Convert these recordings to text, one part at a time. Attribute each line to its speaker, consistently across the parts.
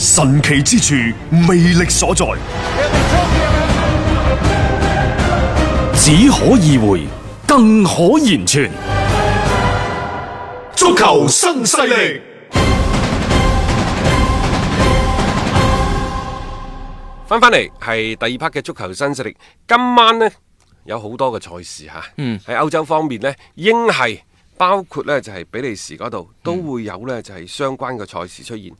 Speaker 1: 神奇之處，魅力所在，
Speaker 2: 只可意會，更可言傳。
Speaker 3: 足球新勢力，
Speaker 4: 翻翻嚟係第二 part 嘅足球新勢力。今晚呢，有好多嘅賽事嚇，
Speaker 5: 嗯
Speaker 4: 喺歐、洲方面呢，英系包括呢就係、比利時嗰度都會有呢就係、相關嘅賽事出現。誒、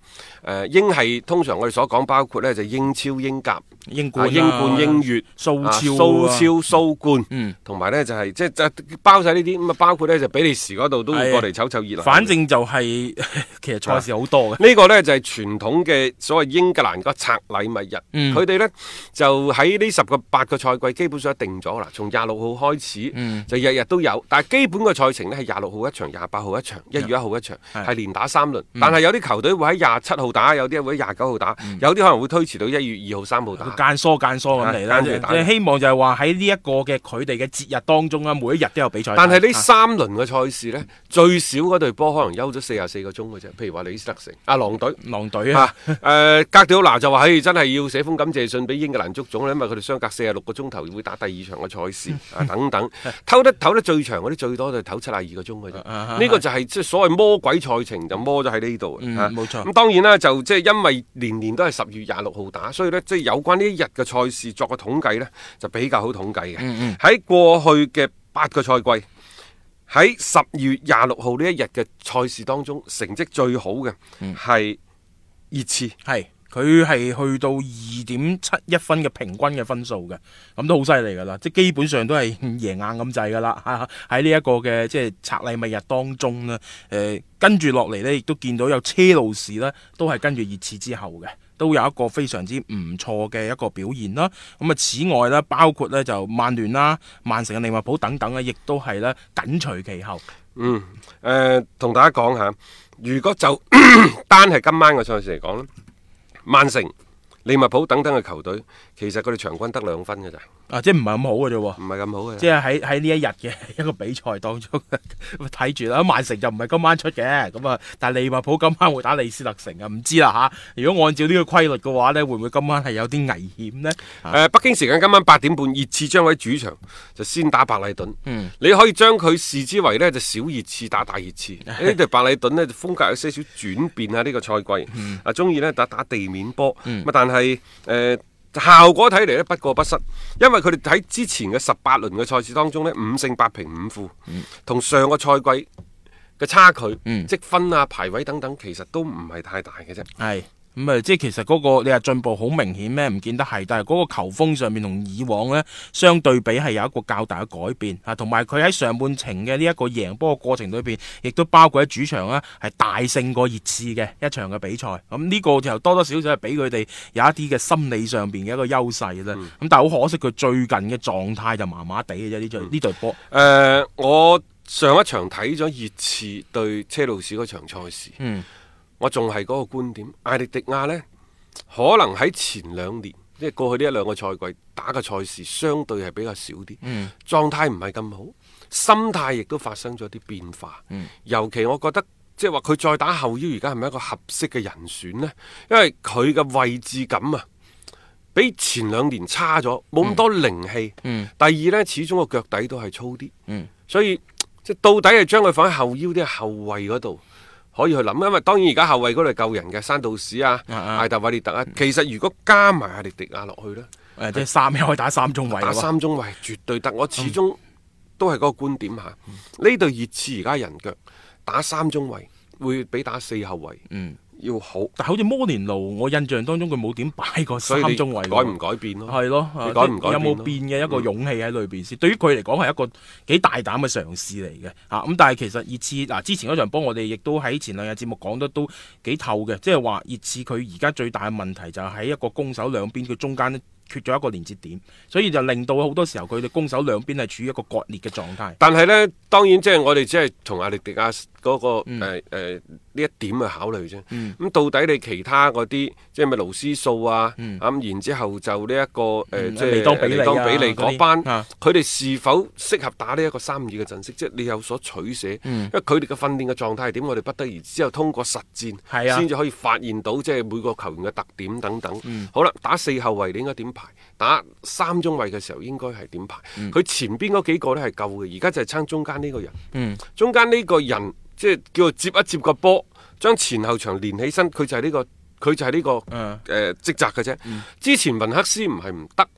Speaker 4: 呃英系通常我哋所講包括呢就英超、英甲、
Speaker 5: 英
Speaker 4: 啊
Speaker 5: 冠、
Speaker 4: 英冠、英乙、
Speaker 5: 蘇
Speaker 4: 啊
Speaker 5: 超
Speaker 4: 蘇
Speaker 5: 啊
Speaker 4: 超、蘇冠，
Speaker 5: 嗯
Speaker 4: 同埋呢就係、即係就包晒呢啲咁啊，包括呢就比利時嗰度都會過嚟湊湊熱鬧。
Speaker 5: 反正就係 其實賽事好多嘅，
Speaker 4: 呢個呢就係、傳統嘅所謂英格蘭個拆禮物日，
Speaker 5: 嗯
Speaker 4: 佢哋、呢就喺呢十個八個賽季基本上定咗啦，從廿六號開始、
Speaker 5: 嗯
Speaker 4: 就日日都有，但係基本嘅賽程呢係廿六號一場、廿八號一場、一月一號一場，
Speaker 5: 嗯係嗯
Speaker 4: 係連打三輪。但係有啲球隊會喺廿七號打，有啲會喺廿九號打，有啲可能會推遲到一月二號、三號打。
Speaker 5: 間疏間疏咁嚟啦。
Speaker 4: 啊
Speaker 5: 即
Speaker 4: 間住打
Speaker 5: 係希望就係話喺呢一個嘅佢哋嘅節日當中啊，每一日都有比賽睇。
Speaker 4: 但係呢
Speaker 5: 啊
Speaker 4: 三輪嘅賽事呢，最少嗰隊波可能休咗四十四個鐘嘅啫。譬如話李斯特城、阿狼隊。
Speaker 5: 狼隊啊，
Speaker 4: 啊！誒、格調拿就話：，唉，真係要寫封感謝信俾英格蘭足總啊咧，因為佢哋相隔四十六個鐘頭會打第二場嘅賽事啊，
Speaker 5: 嗯
Speaker 4: 等等，偷得唞得最長嗰啲最多就唞七廿二個鐘嘅
Speaker 5: 啊
Speaker 4: 啫。呢個就係即係所謂魔鬼賽程就魔咗喺呢度
Speaker 5: 嗯
Speaker 4: 啊
Speaker 5: 冇錯
Speaker 4: 咁當然啦，就即係因為年年都係十月廿六號打，所以呢，即係有關呢一日嘅賽事作個統計呢，就比較好統計嘅。喺、過去嘅八個賽季。喺十月廿六號呢一日嘅賽事當中，成績最好嘅係熱刺，
Speaker 5: 係佢係去到二點七一分嘅平均嘅分數嘅，咁都好犀利㗎啦，即係基本上都係 贏硬咁滯㗎啦。啊 喺呢一個嘅即係拆禮物日當中呢，誒、跟住落嚟呢，亦都見到有車路士呢，都係跟住熱刺之後嘅。都有一個非常之唔錯嘅一個表現啦。咁啊，此外咧，包括咧就曼聯啦、曼城嘅利物浦等等咧，亦都係咧緊隨其後。
Speaker 4: 嗯，誒、同大家講下，如果就 單係今晚嘅賽事嚟講咧，曼城、利物浦等等嘅球隊，其實佢哋場均得兩分嘅咋，
Speaker 5: 啊，即係唔係咁好嘅啫喎。
Speaker 4: 唔係咁好嘅。
Speaker 5: 即係喺喺呢一日嘅 一個比賽當中啊睇住啦，曼城就唔係今晚出嘅，咁啊，但係利物浦今晚會打李斯特城啊，唔知啦吓、如果按照呢個規律嘅話呢，會唔會今晚係有啲危險呢？啊
Speaker 4: 誒、呃北京時間今晚八點半，熱刺將喺主場就先打白禮頓。
Speaker 5: 嗯
Speaker 4: 你可以將佢視之為呢就小熱刺打大熱刺。呢隊白禮頓呢，就風格有些少轉變啊！呢、個賽季、啊，中意呢打打地面波，咁、啊但係誒。效果睇嚟呢，不過不失，因為佢哋喺之前嘅十八輪嘅賽事當中呢，五勝八平五負，同、上個賽季嘅差距、積分啊、排位等等，其實都唔係太大嘅啫。
Speaker 5: 係咁啊，即係其實嗰、個你話進步好明顯咩？唔見得係，但係嗰個球風上面同以往呢，相對比係有一個較大嘅改變啊，同埋佢喺上半程嘅呢一個贏波嘅過程裏邊，亦都包括喺主場啦，係大勝過熱刺嘅一場嘅比賽。咁、呢個就多多少少係俾佢哋有一啲嘅心理上邊嘅一個優勢啦。咁、
Speaker 4: 嗯
Speaker 5: 但係好可惜，佢最近嘅狀態就麻麻地嘅啫，呢
Speaker 4: 嗯
Speaker 5: 隊呢隊波。
Speaker 4: 誒、呃我上一場睇咗熱刺對車路士嗰場賽事，
Speaker 5: 嗯
Speaker 4: 我仲係嗰個觀點，艾力迪亞呢，可能喺前兩年，即係過去呢一兩個賽季打嘅賽事相對係比較少啲，
Speaker 5: 嗯
Speaker 4: 狀態唔係咁好，心態亦都發生咗啲變化。
Speaker 5: 嗯
Speaker 4: 尤其我覺得。即係話佢再打後腰，而家係咪一個合適嘅人選呢？因為佢嘅位置感啊，比前兩年差咗，冇咁多靈氣。
Speaker 5: 嗯
Speaker 4: 第二呢，始終個腳底都係粗啲。
Speaker 5: 嗯
Speaker 4: 所以即係到底係將佢放喺後腰啲後衞嗰度。可以去諗，因為當然而家後衞嗰度係救人嘅，山道士啊、
Speaker 5: 啊啊
Speaker 4: 艾特韋列特啊，其實如果加埋艾力迪亞落去咧，
Speaker 5: 誒，即係三可以打三中啊位
Speaker 4: 嗯打
Speaker 5: 喎。
Speaker 4: 三中衞絕對得。我始終
Speaker 5: 嗯
Speaker 4: 都係嗰個觀點嚇，呢隊熱刺而家人腳打三中衞會比打四後衞
Speaker 5: 嗯
Speaker 4: 要好，
Speaker 5: 但好似摩連奴，我印象當中佢冇點擺過
Speaker 4: 所
Speaker 5: 三
Speaker 4: 以你
Speaker 5: 中衞
Speaker 4: 改唔改變咯？
Speaker 5: 係咯，
Speaker 4: 你
Speaker 5: 啊
Speaker 4: 改唔
Speaker 5: 即
Speaker 4: 改
Speaker 5: 有
Speaker 4: 變
Speaker 5: 冇
Speaker 4: 咯
Speaker 5: 變嘅一個勇氣喺裏邊先？對於佢嚟講係一個幾大膽嘅嘗試嚟嘅嚇。咁、但係其實熱刺嗱、之前嗰場波，我哋亦都喺前兩日節目講得都幾透嘅，即係話熱刺佢而家最大嘅問題就係喺一個攻守兩邊佢中間咧缺咗一個連接點，所以就令到好多時候佢哋攻守兩邊係處於一個割裂嘅狀態。
Speaker 4: 但係呢，當然即係我哋只係從阿力迪亞嗰、個
Speaker 5: 嗯
Speaker 4: 誒誒呢一點去考慮啫。咁、
Speaker 5: 嗯
Speaker 4: 到底你其他嗰啲即係咪勞斯數啊？
Speaker 5: 嗯
Speaker 4: 咁然之後就呢、一個誒、
Speaker 5: 嗯
Speaker 4: 即係
Speaker 5: 利當比利啊
Speaker 4: 利當比利
Speaker 5: 嗰啲
Speaker 4: 嗰班，
Speaker 5: 啊
Speaker 4: 佢哋、是否適合打呢一個三二嘅陣式？即係你有所取捨，
Speaker 5: 嗯
Speaker 4: 因為佢哋嘅訓練嘅狀態係點，我哋不得而知。之後通過實
Speaker 5: 係啊
Speaker 4: 戰，先至可以發現到即係每個球員嘅特點等等。
Speaker 5: 嗯
Speaker 4: 好啦，打四後衞你應該點排？打三中衞嘅時候應該係點排？佢、前邊嗰幾個呢係夠嘅，而家就係撐中間呢個人。
Speaker 5: 嗯
Speaker 4: 中間呢個人即係叫做接一接個波，將前後場連起身，佢就係呢、個佢就係呢、個。
Speaker 5: 嗯
Speaker 4: 誒、職責嘅啫。之前文克斯唔係唔得，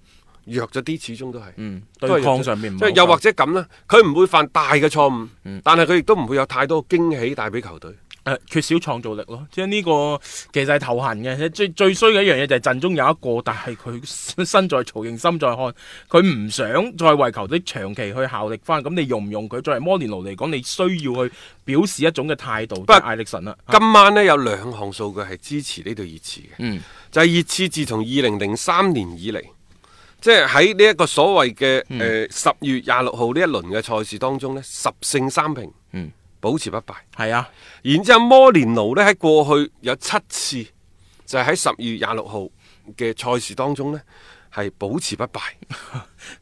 Speaker 4: 弱咗啲，始終都係。
Speaker 5: 嗯，
Speaker 4: 都係弱
Speaker 5: 對
Speaker 4: 咗
Speaker 5: 抗上面唔
Speaker 4: 即係
Speaker 5: 係
Speaker 4: 又
Speaker 5: 好嗯
Speaker 4: 或者咁啦，佢唔會犯大嘅錯誤，但係佢亦都唔會有太多驚喜帶俾球隊。
Speaker 5: 誒、呃缺少創造力咯，即係呢個其實係頭痕嘅。最最衰嘅一樣嘢就係陣中有一個，但係佢身在曹營心在漢，佢唔想再為球隊長期去效力翻。咁你用唔用佢作為摩連奴嚟講，你需要去表示一種嘅態度。不
Speaker 4: 過
Speaker 5: 艾力神啦，
Speaker 4: 今晚呢，有兩項數據係支持呢隊熱刺嘅，
Speaker 5: 嗯
Speaker 4: 就係熱刺自從二零零三年以嚟，即係喺呢一個所謂嘅
Speaker 5: 嗯
Speaker 4: 誒十月廿六號呢一輪嘅賽事當中呢，十勝三平，
Speaker 5: 嗯
Speaker 4: 保持不敗。
Speaker 5: 係啊，
Speaker 4: 然之後摩連奴呢，喺過去有七次就係喺十二月廿六號嘅賽事當中呢，係保持不敗。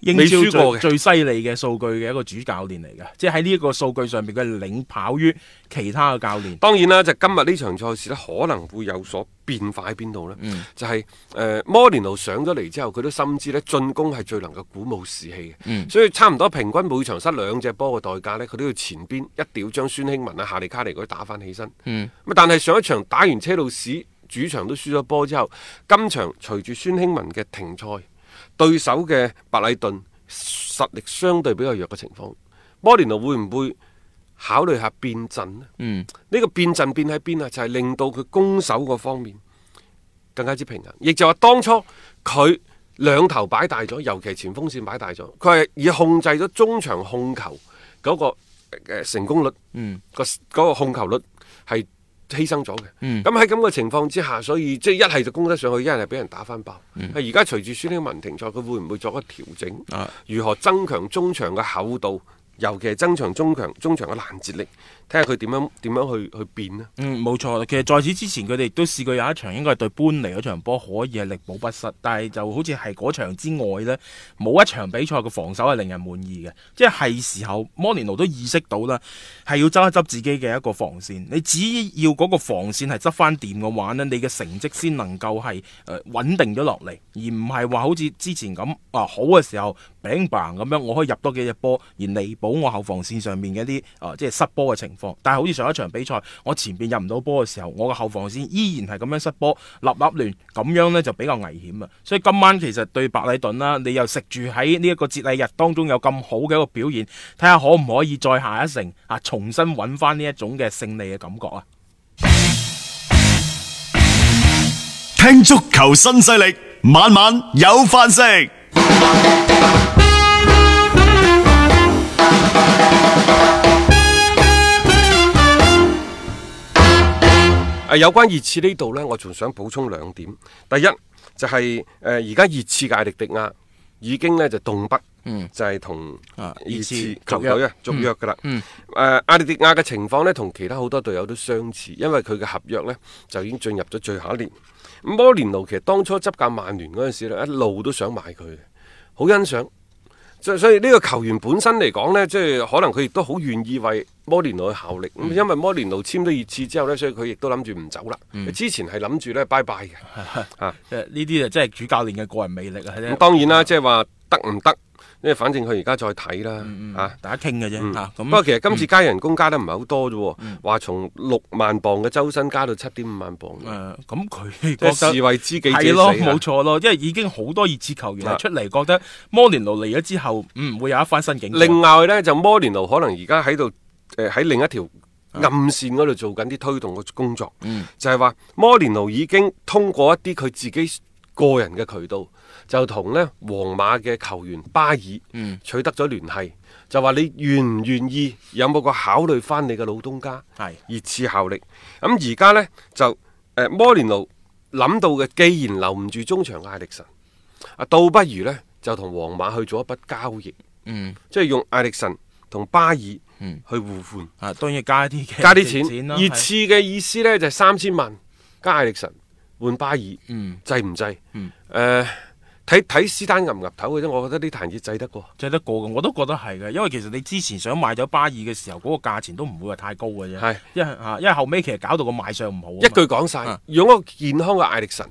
Speaker 5: 英
Speaker 4: 未
Speaker 5: 超
Speaker 4: 輸
Speaker 5: 最
Speaker 4: 過嘅
Speaker 5: 最犀利嘅數據嘅一個主教練嚟嘅，即係喺呢一個數據上面，佢係領跑於其他嘅教練。
Speaker 4: 當然啦，就今日呢場賽事呢，可能會有所變化喺邊度呢？就係、呃摩連奴上咗嚟之後，佢都深知呢進攻係最能夠鼓舞士氣嘅，所以差唔多平均每場失兩隻波嘅代價呢，佢都要前邊一定要將孫興文啊、夏利卡尼嗰啲打翻起身。
Speaker 5: 嗯
Speaker 4: 咁但係上一場打完車路士主場都輸咗波之後，今場隨住孫興文嘅停賽，對手嘅白禮頓實力相對比較弱嘅情況，摩連奴會唔會考慮下變陣呢？
Speaker 5: 嗯
Speaker 4: 呢個變陣變喺邊啊？就係、令到佢攻守嗰方面更加之平衡，亦就話當初佢兩頭擺大咗，尤其前鋒線擺大咗，佢係以控制咗中場控球嗰、個呃成功率，
Speaker 5: 嗯
Speaker 4: 個嗰個控球率係犧牲咗嘅。
Speaker 5: 嗯
Speaker 4: 咁喺咁嘅情況之下，所以即係一係就攻得上去，一係就俾人打翻爆。
Speaker 5: 嗯
Speaker 4: 而家隨住孫興文停賽，佢會唔會作一個調整？
Speaker 5: 啊
Speaker 4: 如何增強中場嘅厚度，尤其係增強中場中場嘅攔截力，睇下佢點樣點樣去去變呢？
Speaker 5: 嗯，冇錯啦。其實在此之前，佢哋亦都試過有一場應該係對搬嚟嗰場波，可以係力保不失。但係就好似係嗰場之外呢，冇一場比賽嘅防守係令人滿意嘅。即係時候，摩連奴都意識到啦，係要執一執自己嘅一個防線。你只要嗰個防線係執翻掂嘅話呢，你嘅成績先能夠係誒穩定咗落嚟，而唔係話好似之前咁啊好嘅時候餅棒咁樣，我可以入多幾隻波，而彌補我後防線上面嘅一啲啊即係失波嘅情況。但係好似上一場比賽，我前邊入唔到波嘅時候，我嘅後防線依然係咁樣失波，立立亂咁樣呢就比較危險啊！所以今晚其實對白禮頓啦，你又食住喺呢一個節禮日當中有咁好嘅一個表現，睇下可唔可以再下一城啊，重新揾翻呢一種嘅勝利嘅感覺啊！
Speaker 1: 聽足球新勢力，晚晚有飯食。
Speaker 4: 啊，有關熱刺呢度呢，我仲想補充兩點。第一就係誒呃而家熱刺嘅艾力迪亞已經呢就動筆，就係同
Speaker 5: 嗯啊
Speaker 4: 熱
Speaker 5: 熱
Speaker 4: 刺
Speaker 5: 刺
Speaker 4: 球
Speaker 5: 續約
Speaker 4: 隊啊續約㗎啦。
Speaker 5: 嗯
Speaker 4: 誒艾力迪亞嘅情況呢，同其他好多隊友都相似，因為佢嘅合約呢就已經進入咗最後一年。咁摩連奴其實當初執教曼聯嗰陣時咧，一路都想買佢嘅，好欣賞。所所以呢個球員本身嚟講呢，即係可能佢亦都好願意為摩連奴去效力。咁、因為摩連奴簽咗熱刺之後呢，所以佢亦都諗住唔走啦。之前係諗住呢拜拜嘅。啊
Speaker 5: 誒呢啲就真係主教練嘅個人魅力啊！
Speaker 4: 咁當然啦，即係話得唔得？因為反正佢而家再睇啦。啊，
Speaker 5: 大家傾嘅啫嚇，咁
Speaker 4: 不過其實今次加人工加得唔係好多啫喎，話從六萬磅嘅周薪加到七點五萬磅，
Speaker 5: 誒呃咁佢
Speaker 4: 即係
Speaker 5: 覺
Speaker 4: 士
Speaker 5: 得。
Speaker 4: 為知己者
Speaker 5: 係
Speaker 4: 死
Speaker 5: 咯，
Speaker 4: 啊。
Speaker 5: 冇錯咯，因為已經好多熱刺球員係
Speaker 4: 啊
Speaker 5: 出嚟覺得摩連奴嚟咗之後，嗯，會有一番新境界。
Speaker 4: 另外呢，就摩連奴可能而家喺度誒喺另一條
Speaker 5: 啊
Speaker 4: 暗線嗰度做緊啲推動嘅工作，
Speaker 5: 嗯
Speaker 4: 就係話摩連奴已經通過一啲佢自己個人嘅渠道，就同呢皇馬嘅球員巴爾
Speaker 5: 嗯
Speaker 4: 取得咗聯繫，就話你願唔願意，有冇個考慮翻你嘅老東家
Speaker 5: 係
Speaker 4: 熱刺效力？咁而家呢，就誒、呃摩連奴諗到嘅，既然留唔住中場嘅艾力神，啊，倒不如呢，就同皇馬去做一筆交易，
Speaker 5: 嗯
Speaker 4: 即係用艾力神同巴爾去互換。
Speaker 5: 啊，當然加啲嘅
Speaker 4: 加啲
Speaker 5: 錢
Speaker 4: 錢。
Speaker 5: 啦，
Speaker 4: 熱
Speaker 5: 係
Speaker 4: 刺嘅意思呢就係三千萬加艾力神換巴爾，
Speaker 5: 嗯
Speaker 4: 制唔制？誒、睇睇斯丹岌岌頭嘅啫，我覺得呢壇嘢制得過。
Speaker 5: 制得過嘅，我都覺得係嘅，因為其實你之前想買咗巴爾嘅時候，嗰、個價錢都唔會話太高嘅啫。
Speaker 4: 係
Speaker 5: 因為啊，因為後尾其實搞到個賣相唔好啊嘛。
Speaker 4: 一句講晒，
Speaker 5: 啊
Speaker 4: 用一個健康嘅艾力神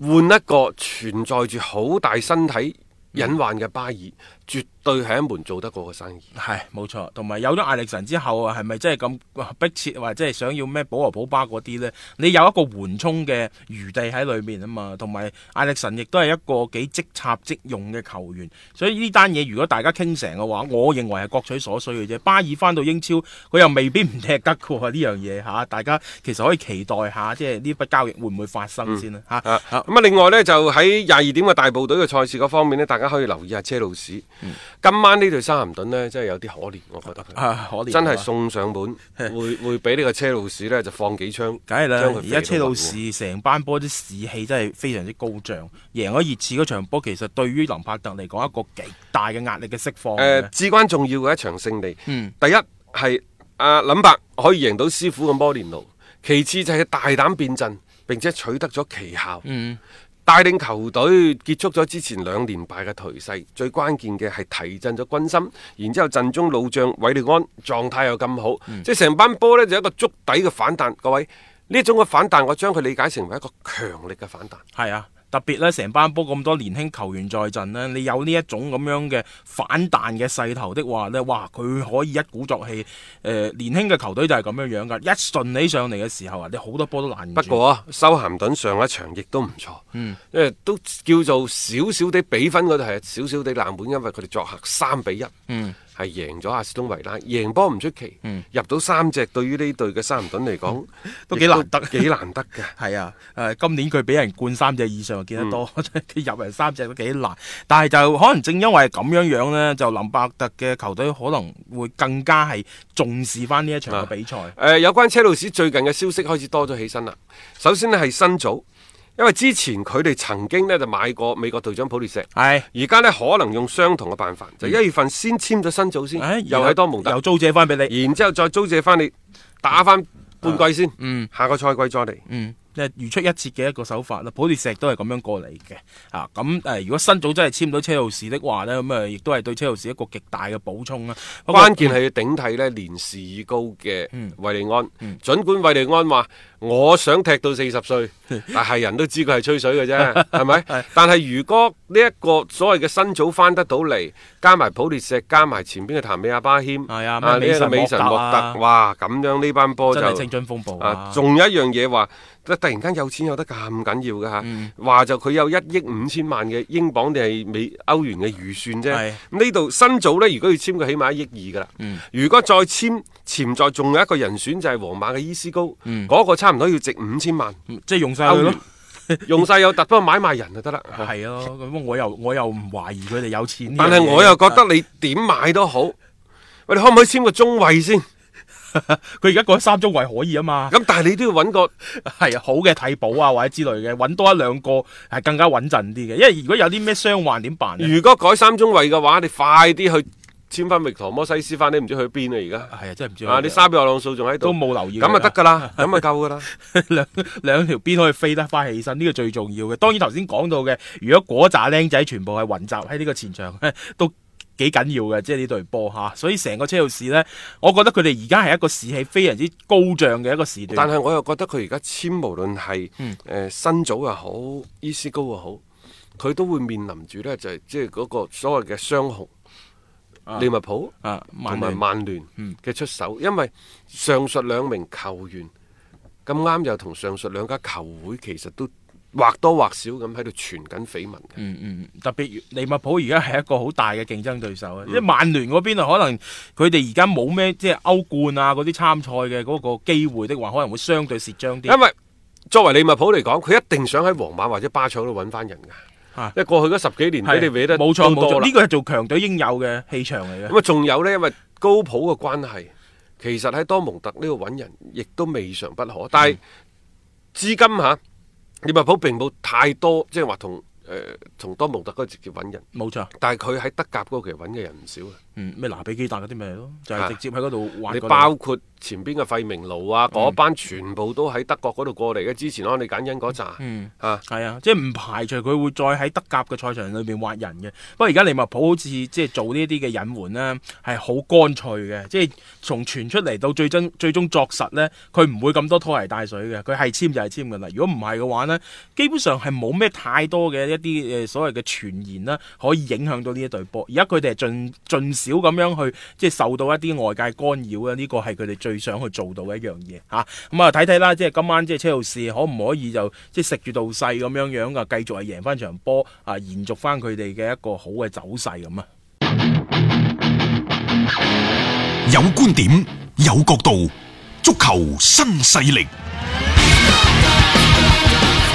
Speaker 4: 換一個存在住好大身體隱患嘅巴爾，
Speaker 5: 嗯
Speaker 4: 絕對係一門做得過嘅生意。
Speaker 5: 係冇錯，同埋有咗艾力神之後啊，係咪真係咁哇迫切，或者係想要咩保羅普巴嗰啲呢？你有一個緩衝嘅餘地喺裏面啊嘛，同埋艾力神亦都係一個幾即插即用嘅球員，所以呢單嘢如果大家傾成嘅話，我認為係各取所需嘅啫。巴爾翻到英超，佢又未必唔踢得嘅喎呢樣嘢嚇，大家其實可以期待下，即係呢筆交易會唔會發生先啦嚇。
Speaker 4: 啊，咁啊，另外呢，就喺廿二點嘅大部隊嘅賽事嗰方面呢，大家可以留意下車路士。
Speaker 5: 嗯
Speaker 4: 今晚呢隊沙咸頓呢，真係有啲可憐，我覺得佢。
Speaker 5: 啊可憐
Speaker 4: 真係
Speaker 5: 啊
Speaker 4: 送 上門，會會俾呢個車路士呢，就放幾槍。
Speaker 5: 梗係啦，
Speaker 4: 將佢
Speaker 5: 而家車路
Speaker 4: 射到
Speaker 5: 士成班波啲士氣真係非常之高漲，贏咗熱刺嗰場波，其實對於林柏特嚟講一個極大嘅壓力嘅釋放
Speaker 4: 暈喎。
Speaker 5: 嚟
Speaker 4: 誒
Speaker 5: 嘅。
Speaker 4: 呃至關重要嘅一場勝利。
Speaker 5: 嗯
Speaker 4: 第一係阿林伯可以贏到師傅嘅摩連奴，其次就係大膽變陣，並且取得咗奇效。
Speaker 5: 嗯，
Speaker 4: 帶領球隊結束咗之前兩連敗嘅頹勢，最關鍵嘅係提振咗軍心，然之後陣中老將韋利安狀態又咁好，
Speaker 5: 嗯
Speaker 4: 即係成班波呢就一個觸底嘅反彈。各位呢種嘅反彈，我將佢理解成為一個強力嘅反彈。
Speaker 5: 係啊，特別咧成班波咁多年輕球員在陣呢，你有呢一種咁樣嘅反彈嘅勢頭的話呢，哇，佢可以一鼓作氣。誒、呃年輕嘅球隊就係咁樣樣㗎，一順起上嚟嘅時候啊，你好多波都難唔
Speaker 4: 不
Speaker 5: 住。
Speaker 4: 過啊，修咸頓上一場亦都唔錯，嗯，因為都叫做少少地比分嗰度係少少地冷門，因為佢哋作客三比一，嗯，係贏咗阿斯通維拉，贏波唔出奇，入到三隻對於呢隊嘅修咸頓嚟講
Speaker 5: 嗯 都幾難得
Speaker 4: 亦都幾難得嘅。
Speaker 5: 係啊，誒、今年佢俾人灌三隻以上就
Speaker 4: 嗯
Speaker 5: 見得多， 佢、入人三隻都幾難。但係就可能正因為咁樣樣呢，就林伯特嘅球隊可能會更加係重視翻呢一
Speaker 4: 啊
Speaker 5: 場嘅比賽。
Speaker 4: 誒、有關車路士最近嘅消息開始多咗起身啦。首先呢係新組，因為之前佢哋曾經呢就買過美國隊長普列石，
Speaker 5: 係、
Speaker 4: 而家呢可能用相同嘅辦法，就一月份先簽咗新組先，
Speaker 5: 嗯唉
Speaker 4: 又喺多蒙特
Speaker 5: 又，租借翻俾你，
Speaker 4: 然之後再租借翻你打翻半季先，下個賽季再嚟。
Speaker 5: 嗯，即係如出一轍嘅一個手法啦。普列石都係咁樣過嚟嘅，啊，咁誒、如果新組真係簽到車路士的話呢，咁啊，亦都係對車路士一個極大嘅補充啦。不過
Speaker 4: 關鍵係要頂替呢年事已高嘅
Speaker 5: 嗯
Speaker 4: 韋利安。儘管韋利安話我想踢到四十 歲，但係人都知佢係吹水嘅啫，係咪？但係如果呢一個所謂嘅新組翻得到嚟，加埋普列石，加埋前邊嘅譚美亞巴謙，
Speaker 5: 係啊
Speaker 4: 呢
Speaker 5: 咩
Speaker 4: 一個
Speaker 5: 美
Speaker 4: 美
Speaker 5: 神
Speaker 4: 神
Speaker 5: 莫
Speaker 4: 莫
Speaker 5: 特啊
Speaker 4: 特，哇！咁樣呢班波就
Speaker 5: 嗯真係青春風暴
Speaker 4: 啊
Speaker 5: 啊！！
Speaker 4: 仲有一樣嘢話，突然間有錢有得咁緊要嘅
Speaker 5: 嗯
Speaker 4: 嚇，話、就佢有一億五千萬嘅英鎊定係美歐元嘅預算啫
Speaker 5: 係。嗯
Speaker 4: 咁呢度新組呢，如果要簽佢，起碼一億二㗎啦。如果再簽，潛在仲有一個人選就係皇馬嘅伊斯高，嗰、個差唔多要值五千萬
Speaker 5: 嗯即嗯係用晒佢咯
Speaker 4: 歐元。。 用晒有突，不過買埋人就啊得啦。
Speaker 5: 係咯，咁我又我又唔懷疑佢哋有錢呢樣嘢。啊
Speaker 4: 但係我又覺得你點買都好，喂，你可唔可以簽個中衞先？
Speaker 5: 啊佢而家講三中位可以啊嘛，
Speaker 4: 咁 但係你啊都要揾個
Speaker 5: 係啊好嘅替補啊或者之類嘅，揾多一兩個係更加穩陣啲嘅。因為如果有啲咩傷患點辦咧？
Speaker 4: 如果改三中衛嘅話，你快啲去簽翻域陀摩西斯翻，你唔知去邊啊！
Speaker 5: 係啊，真係唔知
Speaker 4: 而
Speaker 5: 佢
Speaker 4: 家啊，你沙比奧朗素仲喺度，
Speaker 5: 都冇留意佢
Speaker 4: 咁啊得㗎啦，咁啊夠㗎啦。
Speaker 5: 兩兩條邊可以飛得翻起身，呢個最重要嘅。當然頭先講到嘅，如果嗰扎僆仔全部係雲集喺呢個前場， 都幾緊要嘅，即係呢隊波嚇。所以成個車路士呢，我覺得佢哋而家係一個士氣非常之高漲嘅一個時段。
Speaker 4: 但係我又覺得佢而家簽無論係
Speaker 5: 嗯
Speaker 4: 誒新組又好，伊斯高又好，佢都會面臨住呢，就係即係嗰個所謂嘅雙雄利物浦
Speaker 5: 啊，曼
Speaker 4: 同埋
Speaker 5: 聯嗯
Speaker 4: 曼聯嘅出手，因為上述兩名球員咁啱又同上述兩家球會其實都或多或少咁喺度傳緊緋聞嘅。
Speaker 5: 嗯嗯，特別利物浦而家係一個好大嘅競爭對手啊！即係曼聯嗰邊啊，可能佢哋而家冇咩即係歐冠啊嗰啲參賽嘅嗰個機會的話，可能會相對蝕張啲。
Speaker 4: 因為作為利物浦嚟講，佢一定想喺皇馬或者巴塞度揾翻人㗎。
Speaker 5: 啊
Speaker 4: 因為過去嗰十幾年俾
Speaker 5: 係
Speaker 4: 你搲得
Speaker 5: 冇錯
Speaker 4: 都
Speaker 5: 冇
Speaker 4: 多
Speaker 5: 錯，
Speaker 4: 啦
Speaker 5: 呢。個係做強隊應有嘅氣場嚟嘅。
Speaker 4: 咁啊，仲有呢，因為高普嘅關係，其實喺多蒙特呢度揾人，亦都未嘗不可。但係
Speaker 5: 嗯
Speaker 4: 至今嚇，利物浦並冇太多即係話同誒同多蒙特嗰度直接揾人，
Speaker 5: 冇錯，
Speaker 4: 但係佢喺德甲嗰度其實揾嘅人唔少嘅。
Speaker 5: 嗯，咩拿比基達嗰啲咪係咯，就係
Speaker 4: 啊
Speaker 5: 直接喺嗰度玩嗯
Speaker 4: 你
Speaker 5: 嗰度
Speaker 4: 包括前邊嘅費明奴啊，嗰班全部都喺德國嗰度過嚟嘅。之前安利簡恩嗰扎，
Speaker 5: 嗯
Speaker 4: 啊，
Speaker 5: 係啊，即係唔排除佢會再喺德甲嘅賽場裏邊挖人嘅。不過而家利物浦好似即係做呢啲嘅隱瞞呢，係好乾脆嘅，即係從傳出嚟到最真最終作實呢，佢唔會咁多拖泥帶水嘅，佢係簽就係簽噶啦。如果唔係嘅話呢，基本上係冇咩太多嘅一啲誒所謂嘅傳言啦，可以影響到呢一隊波。而家佢哋係盡盡少咁樣去即係受到一啲外界干擾啊，呢個係佢哋最想去做到嘅一樣嘢嚇。咁啊睇睇啦，即係今晚即係車路士可唔可以就即係食住道勢咁樣樣噶，繼續係贏翻場波啊，延續翻佢哋嘅一個好嘅走勢咁啊。
Speaker 3: 有觀點，有角度，足球新勢力。